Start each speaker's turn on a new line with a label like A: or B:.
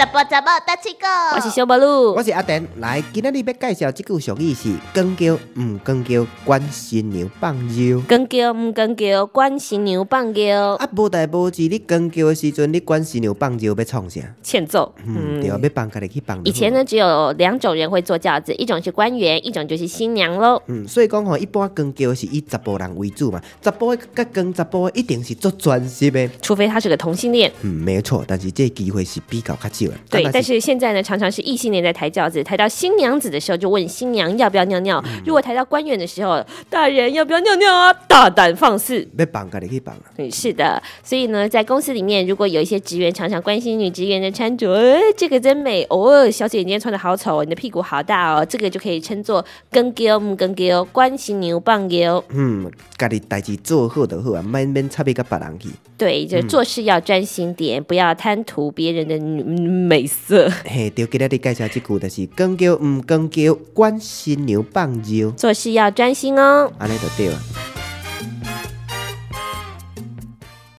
A: 十八十八搭七个，
B: 我是小马路
C: 我，是阿田，来，今仔日要介绍即句俗语是“光叫毋光叫，管新娘放尿”。
B: 跟叫毋跟叫，管新娘放叫，
C: 啊，无代无志，你光叫的时阵，你管新娘放尿要创啥？
B: 欠揍。
C: 嗯，对，要放家己去放。
B: 以前呢，？只有两种人会坐轿子，一种是官员，一种就是新娘喽。
C: 嗯，所以讲吼，一般光叫是以查甫人为主嘛，查甫的甲光查甫的一定是足专心的。
B: 除非他是个同性恋，
C: 嗯，没错，但是这个机会是比较较少的。
B: 对
C: 啊。
B: 但是现在呢，常常是异性恋在抬轿子，抬到新娘子的时候就问新娘要不要尿尿。如果抬到官员的时候，大人要不要尿尿啊？大胆放肆。
C: 要放家己去放啊。
B: 嗯，是的，所以呢，在公司里面，如果有一些职员常常关心女职员的穿着，哎，这个真美，偶尔小姐你今天穿的好丑哦，你的屁股好大哦，这个就可以称作跟丢唔跟丢，关心牛棒丢。
C: 嗯，家己代志做好就好啊，免免插别甲别人去。
B: 对，就做事要专心点，不要贪图别人的女美色。
C: 嘿，对，今仔日介绍即句就是“光叫毋光叫，管新娘放尿
B: 做事要专心哦”，。
C: 安尼就对啊。